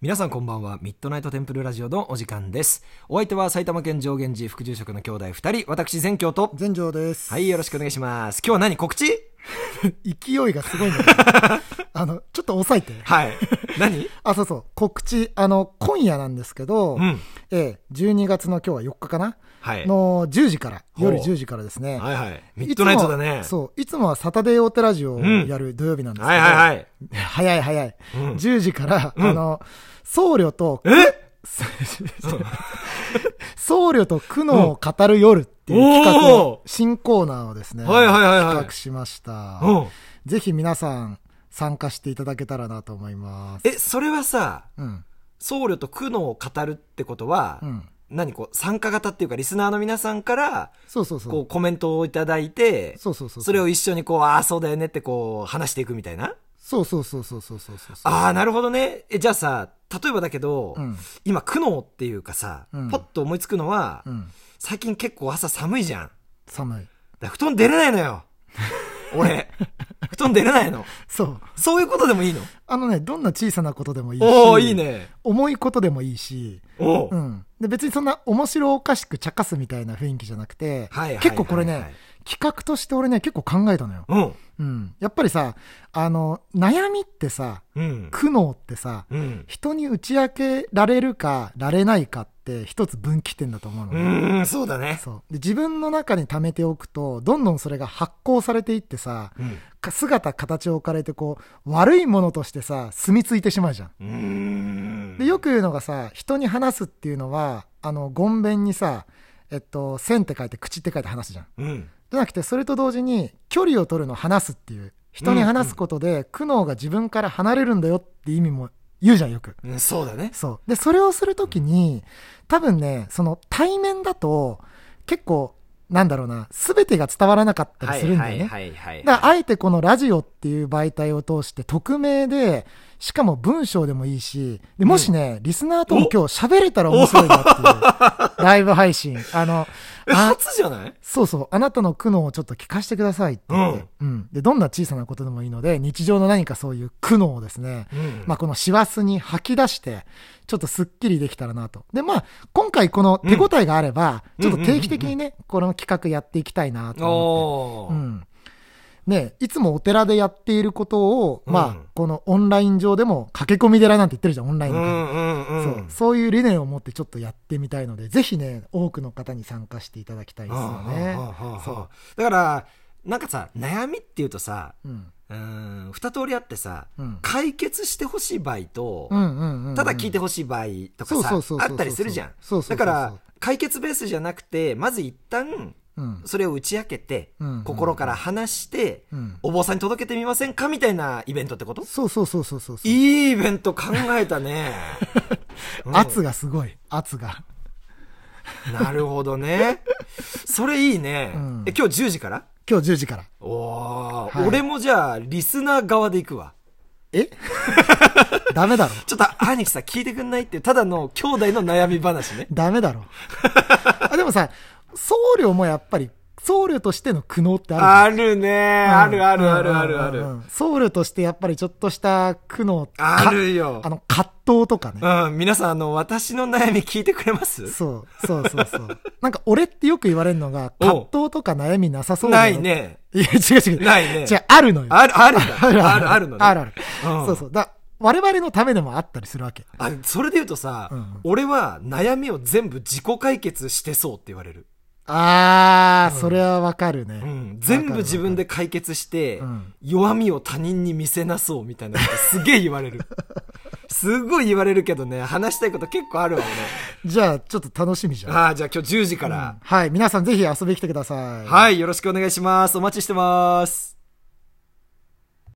皆さんこんばんは。ミッドナイトテンプルラジオのお時間です。お相手は埼玉県上源寺副住職の兄弟二人、私、善教と。全城です。はい、よろしくお願いします。今日は何告知勢いがす ごいんだけどあの、ちょっと抑えて。 はい。何あ、そうそう。告知、あの、今夜なんですけど、うん。ええ、12月の今日は4日かな、はい。の10時から、ほう夜10時からですね。はいはい。いつもミッドナイトだね。そう。いつもはサタデーオテラジオをうんやる土曜日なんですけど、はいはいはい。早い早い。うん10時から、うんあの、僧侶と、え僧侶と苦悩を語る夜っていう企画おーを、新コーナーをですね、はいはいはいはい企画しました。うん。ぜひ皆さん参加していただけたらなと思います。え、それはさ、うん。僧侶と苦悩を語るってことは、うん。何こう、参加型っていうか、リスナーの皆さんから、そうそうそこう、う。コメントをいただいて、そうそうそう。それを一緒にこう、ああ、そうだよねってこう、話していくみたいな。そうそうそうそうそうそうそう。ああ、なるほどね。え、じゃあさ、例えばだけど、うん。今、苦悩っていうかさ、うんパッと思いつくのは、うん。最近結構朝寒いじゃん。だか寒い。ら布団出れないのよ。俺。布団出れないの。そう。そういうことでもいいの。あのね、どんな小さなことでもいいし。おおいい。ね。重いことでもいいし。おお、うん。で、別にそんな面白おかしく茶化すみたいな雰囲気じゃなくて、はいはいはい結構こはれいね、企画として俺ね、結構考えたのよ。うん。うん。やっぱりさ、あの、悩みってさ、うん。苦悩ってさ、うん。人に打ち明けられるか、られないかって一つ分岐点だと思うのうね、ーん、そうだね。そうで自分の中に溜めておくと、どんどんそれが発酵されていってさ、うん。か姿、形を置かれてこう、悪いものとしてさ、住み着いてしまうじゃん。うーん。で、よく言うのがさ、人に話すっていうのは、あの、ごんべんにさ、えっと、線って書いて、口って書いて話すじゃん。うん。じゃなくて、それと同時に、距離を取るの話すっていう、人に話すことで、苦悩が自分から離れるんだよって意味も言うじゃん、よく。うん、そうだね。そう。で、それをするときに、多分ね、その対面だと、結構、なんだろうな、すべてが伝わらなかったりするんだよね。いはいだから、あえてこのラジオっていう媒体を通して、匿名で、しかも文章でもいいし、でもしね、リスナーとも今日喋れたら面白いなっていう、ライブ配信。あの、え、あ初じゃないそうそう、あなたの苦悩をちょっと聞かせてくださいって言って、うん、で、どんな小さなことでもいいので、日常の何かそういう苦悩をですね、うんまあ、この師走に吐き出して、ちょっとスッキリできたらなと。で、まあ、今回この手応えがあれば、うんちょっと定期的にね、この企画やっていきたいなと思って。おうー。ん。ねいつもお寺でやっていることを、まあ、うんこのオンライン上でも駆け込み寺なんて言ってるじゃん、オンライうンで。んうんうん。そうそういう理念を持ってちょっとやってみたいので、ぜひね、多くの方に参加していただきたいですよね。そそうう。だから、なんかさ、悩みっていうとさ、うん。うーん、二通りあってさ、うん解決してほしい場合と、うんうんうん。ただ聞いてほほしい場合とそうそかうそうさ、あそうそうったりするじゃんそうそう。そだうから、解決ベースじゃなくて、まず一旦、うん。それを打ち明けてうんうん、心から話してうん、お坊さんに届けてみませんかみたいなイベントってことそうそうそうそうそうそう。いいイベント考えた ね。うん圧がすごい。圧が。なるほどね。それいいねうん。え今日10時から今日10時から。おー、はい俺もじゃあ、リスナー側で行くわ。え ダメだろ。ちょっと、兄貴さ、聞いてくんないっていう、ただの兄弟の悩み話ね。ダメだろ。あでもさ、僧侶もやっぱり、僧侶としての苦悩ってあるあるね、あるあるあるあるあうんうんうる。ん僧侶としてやっぱりちょっとした苦悩あるよあ。の、葛藤とかね。うん、皆さん、あの、私の悩み聞いてくれますそう、そうそうそう。 なんか俺ってよく言われるのが、お葛藤とか悩みなさそうだない。よね。いや、違う違う。ないね違う、あるのよ。ある、あるんだ あるある、あるのね。あるある。うんそうそう。だ我々のためでもあったりするわけ。あそれで言うとさ、うん俺は悩みを全部自己解決してそうって言われる。あー、それはわかるね。うん、全部自分で解決して、うん弱みを他人に見せなそうみたいなこと すげえ言われる。すごい言われるけどね、話したいこと結構あるわ、じゃあ、ちょっと楽しみじゃ 俺。ん。ああ、じゃあ今日10時から、はい、皆さんぜひ遊びに来てください。はい、よろしくお願いします。お待ちしてます。